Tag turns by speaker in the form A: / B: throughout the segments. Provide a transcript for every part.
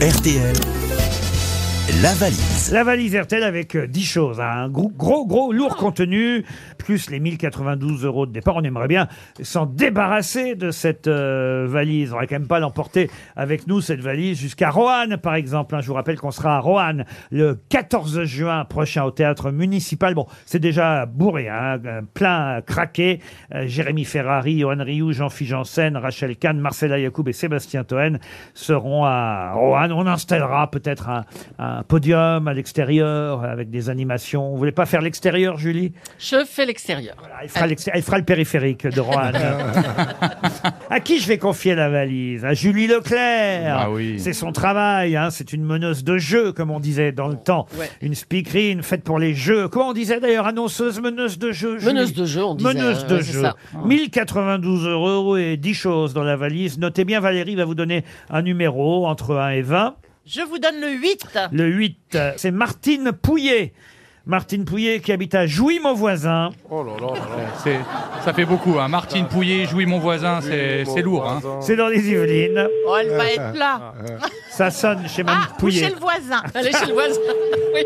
A: RTL, la valise.
B: La valise RTL avec euh, 10 choses. hein. Un gros, gros, gros, lourd contenu, plus les 1092 euros de départ. On aimerait bien s'en débarrasser de cette euh, valise. On va quand même pas l'emporter avec nous, cette valise, jusqu'à Roanne, par exemple. hein. Je vous rappelle qu'on sera à Roanne le 14 juin prochain au théâtre municipal. Bon, c'est déjà bourré, hein, euh, plein à craquer. Euh, Jérémy Ferrari, Johan Rioux, Jean-Philippe Janssen, Rachel Kahn, Marcella Yacoub et Sébastien Toen seront à Roanne. On installera peut-être un, un podium à l'extérieur avec des animations. Vous voulez pas faire l'extérieur, Julie
C: Je fais l'extérieur.
B: Voilà, elle, Ah, fera l'extérieur- elle fera le périphérique de Roanne. à qui je vais confier la valise À Julie Leclerc.
D: Ah oui.
B: C'est son travail. hein. C'est une meneuse de jeu, comme on disait dans le temps.
C: Ouais.
B: Une speakerine faite pour les jeux. Comment on disait d'ailleurs Annonceuse, meneuse de jeu. Julie
C: Meneuse de jeu, on disait.
B: Meneuse
C: euh,
B: de
C: ouais, c'est
B: jeu.
C: ça.
B: 1092 euros et 10 choses dans la valise. Notez bien, Valérie va vous donner un numéro entre 1 et 20.
C: Je vous donne le 8.
B: Le 8, euh, c'est Martine Pouillet. Martine Pouillet qui habite à Jouy, mon voisin.
E: Oh
D: C'est- Ça fait beaucoup. Hein. Martine Pouillet, Jouy mon voisin, c'est c'est lourd. Hein.
B: C'est dans les Yvelines.
C: Oh, elle va être là.
B: Ça sonne chez Mme
C: Ah, ou
B: Pouillet.
C: chez le voisin. Allez chez le voisin. Oui.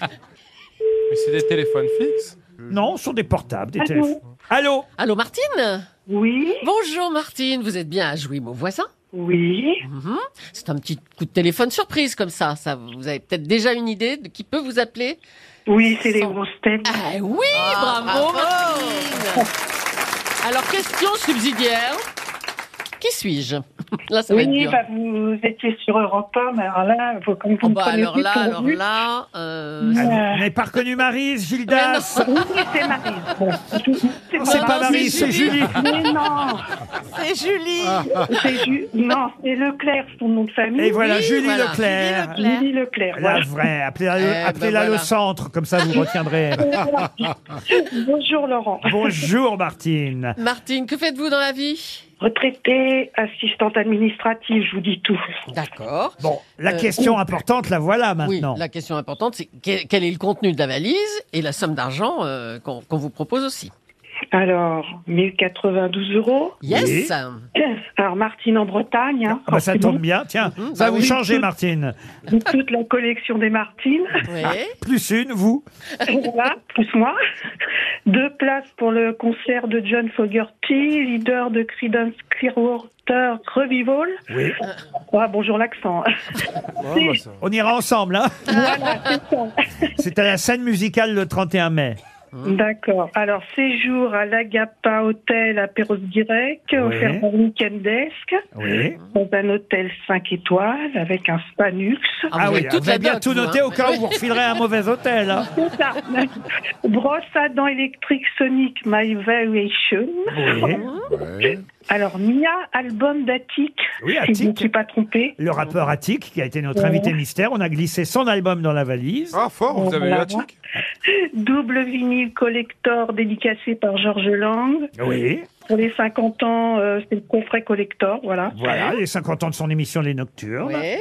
E: Mais c'est des téléphones fixes
B: Non, ce sont des portables,
C: Ah,
B: des téléphones. Allô
C: Allô, Martine
F: Oui,
C: Bonjour, Martine. Vous êtes bien à Jouy, mon voisin
F: oui.
C: Mhm. C'est un petit coup de téléphone surprise comme ça. ça vous avez peut-être déjà une idée de qui peut vous appeler
F: Oui, c'est les grosses têtes.
C: Ah oui, bravo, Martine. Alors, question subsidiaire. Qui suis-je Là, ça va être
F: Oui,
C: dur.
F: bah, vous étiez sur Europe 1, mais alors là, vous, comme vous
C: Oh,
F: me
C: bah,
F: prenez
C: alors
F: du
C: là,
F: pour
C: alors
F: vue-
C: là... euh,
F: Ouais.
B: Ah, Vous n'avez pas reconnu Marise, Gildas
C: Mais
F: Oui, c'est Marie. Bon, c'est
B: C'est pas
C: non,
B: Marise, c'est
C: c'est
B: Julie. Ah.
F: Mais non,
C: C'est Julie
F: c'est Ju- non, c'est Leclerc, son nom de famille.
B: Et voilà,
C: Oui,
B: Julie
C: voilà,
B: Leclerc.
C: Julie Leclerc.
F: Julie Leclerc.
B: La
F: voilà.
B: vraie. Appelez-la
C: Eh,
B: appelez-la
C: ben
B: le
C: voilà.
B: centre, comme ça vous retiendrez.
F: Bonjour Laurent.
B: Bonjour, Martine.
C: Martine, que faites-vous dans la vie
F: Retraitée, assistante administrative, je vous dis tout.
C: D'accord.
B: Bon, la
C: Euh,
B: question importante, la voilà
C: Oui,
B: maintenant.
C: la question importante, c'est que- quel est le contenu de la valise et la somme d'argent euh, qu'on qu'on vous propose aussi.
F: Alors, 1092 euros.
C: Yes
B: Oui.
F: Alors, Martine en Bretagne. hein,
B: Ah bah, ça
F: forcément.
B: tombe bien, tiens,
C: Mhm,
B: ça
C: bah
B: va vous
C: oui.
B: changer, Martine.
F: Toute la collection des Martines.
C: Oui.
B: Ah.
C: Ah,
B: Plus une, vous.
F: Voilà, plus moi. Deux places pour le concert de John Fogerty, leader de Creedence Clearwater Revival.
B: Oui.
F: Ah, bonjour l'accent.
E: Ouais, bah, ça-
B: On ira ensemble, hein
C: Ah,
F: Voilà, c'est ça.
B: C'est à la scène musicale le 31 mai.
F: D'accord. Alors, séjour à l'Agapa Hotel à Perros-Guirec, offert par Weekend Desk,
C: Ah,
B: Oui.
F: dans un hôtel 5 étoiles avec un spa luxe.
B: Ah,
C: vous
B: oui,
C: avez
B: alors
C: toute
B: vous avez
C: la
B: bien
C: doc,
B: tout
C: vous,
B: noté
C: hein.
B: au cas où vous refilerez un mauvais hôtel. hein.
F: C'est ça. Brosse à dents électrique Sonic My Variation.
B: Oui.
F: Alors, Mia, album d'Attic,
B: Oui,
F: si je ne me
B: Attic.
F: suis pas trompée.
B: Le rappeur Attic, qui a été notre
F: Ouais.
B: invité mystère, on a glissé son album dans la valise.
E: Ah, fort, vous avez eu
F: Voilà.
E: la tic
F: Double vinyle collector dédicacé par Georges Lang.
B: Oui,
F: Pour les 50 ans, euh, c'est le coffret collector, voilà.
B: voilà, les 50 ans de son émission Les Nocturnes.
C: Oui.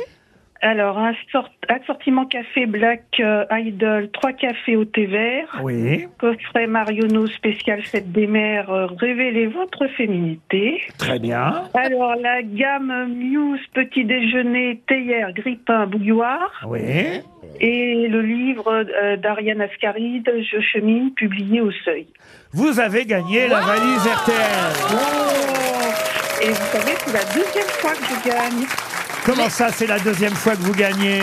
F: Alors, un sort- assortiment café Black euh, Idol, trois cafés au thé vert.
B: Oui,
F: Coffret Marionneau spécial fête des mères, euh, révélez votre féminité.
B: très bien.
F: Alors, la gamme Muse, petit déjeuner, théière, grippin,
B: Ah
F: bouilloire.
B: Oui.
F: Et le livre euh, d'Ariane Ascaride, Je chemine, publié au seuil.
B: Vous avez gagné la valise RTL.
F: Oh. Et vous savez, c'est la deuxième fois que je gagne.
B: Comment ça, c'est la deuxième fois que vous gagnez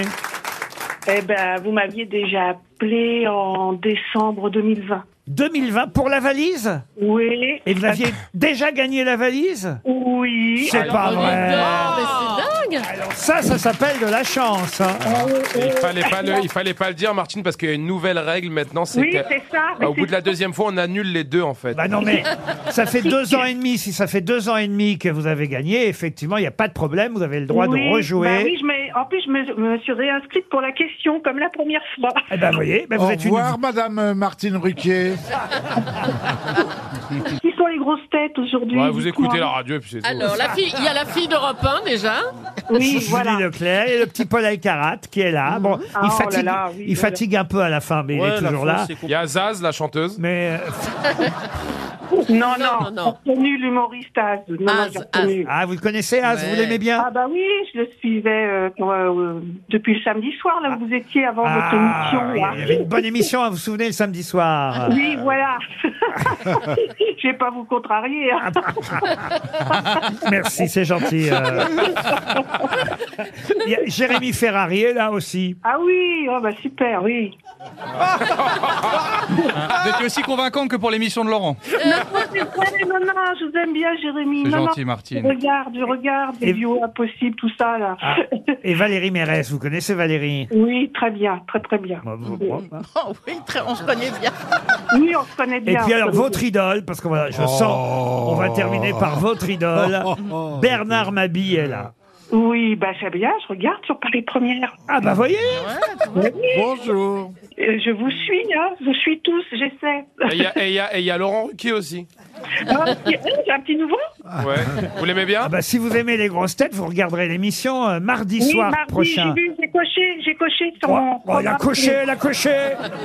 F: Eh ben, vous m'aviez déjà appelé en décembre 2020.
B: 2020 pour la valise
F: Oui.
B: Et vous aviez déjà gagné la valise
F: Oui. Ah,
B: C'est pas vrai.
C: Ah, mais c'est dingue
B: Ça, ça s'appelle de la chance. hein.
E: il fallait, pas le, il fallait pas le dire, Martine, parce qu'il y a une nouvelle règle maintenant. C'est
F: Oui,
E: que, euh,
F: c'est ça. mais
E: au bout
F: c'est-
E: de la deuxième fois, on annule les deux, en fait.
B: Bah non mais ça fait deux ans et demi. Si ça fait deux ans et demi que vous avez gagné, effectivement, il n'y a pas de problème. Vous avez le droit
F: Oui,
B: de rejouer.
F: bah oui, je m'ai- en plus, je me, me suis réinscrite pour la question, comme la première fois.
B: Eh ben vous voyez, ben, vous
G: Au
B: êtes une.
G: revoir, Madame euh, Martine Ruquier.
F: Qui sont les grosses têtes aujourd'hui
E: Ouais, vous écoutez la
F: là.
E: radio, et puis c'est
B: Oh,
E: tout.
C: Alors, la fille, il y a la fille d'Europe 1, déjà.
F: Oui,
B: Julie
F: voilà.
B: Leclerc et le petit Paul Alcarat qui est là. Bon,
F: Ah,
B: il
F: oh là
B: fatigue,
F: là, oui,
B: il
F: voilà.
B: fatigue un peu à la fin, mais il est toujours là.
E: Il y a Zaz, la chanteuse.
B: Mais euh,
F: Non,
C: Non,
F: non,
C: non.
F: j'ai reconnu l'humoriste Az. Non, non,
C: Az,
F: j'ai reconnu.
B: Ah, vous le connaissez, Az
C: Ouais.
B: Vous l'aimez bien
F: Ah bah oui, je le suivais euh, quand, euh, depuis le samedi soir, là où vous étiez avant votre
B: Ah,
F: émission. là.
B: Il y avait une bonne émission, hein, vous vous souvenez, le samedi soir
F: Oui, voilà. Je vais pas vous contrarier.
B: Ah,
F: hein.
B: bah. Merci, c'est gentil. euh. Il y a Jérémy Ferrari est là aussi.
F: Ah oui, oh bah super, oui.
D: Ah, Vous étiez aussi convaincante que pour l'émission de Laurent.
F: Ouais, non, non, je vous aime bien, Jérémy.
D: C'est
F: Non, non,
D: gentil,
F: je
D: Martine.
F: regarde, je regarde,
B: Et-
F: les duos impossibles, tout ça, là.
B: Ah, et Valérie Mérès, vous connaissez Valérie
F: Oui, très bien, très très bien.
B: Bon, vous- bon.
C: Oh oui, très- on se connaît bien.
F: Oui, on se connaît
B: Et
F: bien.
B: puis
F: on
B: alors,
F: se connaît
B: votre idole, parce qu'on va, je sens, on va terminer par votre idole. Bernard Mabille est là.
F: bien. Oui, bah c'est bien, je regarde sur Paris Première.
B: Ah bah voyez
G: Bonjour.
F: Euh, Je vous suis, hein, je vous suis tous, j'essaie.
E: Et il y a- et il y, a- et il y a Laurent Ruquier aussi.
F: Ah, c'est- euh, J'ai un petit nouveau
E: Ouais. Vous l'aimez bien
B: Ah bah si vous aimez les grosses têtes, vous regarderez l'émission euh, mardi
F: Oui,
B: soir
F: mardi, j'ai
B: prochain.
F: vu, j'ai coché, j'ai coché sur
B: Oh,
F: mon...
B: oh, il a coché, il a coché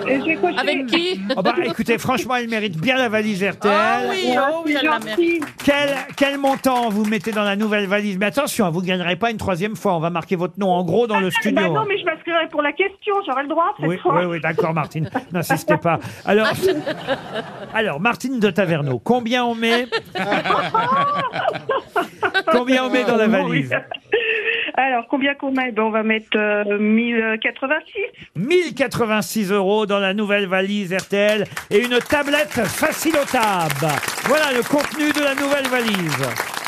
F: Et J'ai coché.
C: Avec qui
B: Ah bah écoutez, franchement, il mérite bien la valise RTL.
C: Ah oui,
F: Ah,
C: oh oui,
F: c'est
C: elle la merde.
F: gentil.
B: Quel, quel montant vous mettez dans la nouvelle valise Mais attention, vous ne gagnerez pas une troisième fois. On va marquer votre nom en gros dans le
F: Ah, bah
B: studio. hein.
F: non, mais je m'inscrirai pour la question, j'aurai le droit cette
B: Oui,
F: fois.
B: oui, oui, d'accord, Martine. N'insistez pas. Alors, alors, Martine de Taverneau, combien on met Combien on met dans la valise
F: Alors, combien qu'on met ben, On va mettre euh, 1086.
B: 1086 euros dans la nouvelle valise RTL et une tablette facile au tab. Voilà le contenu de la nouvelle valise.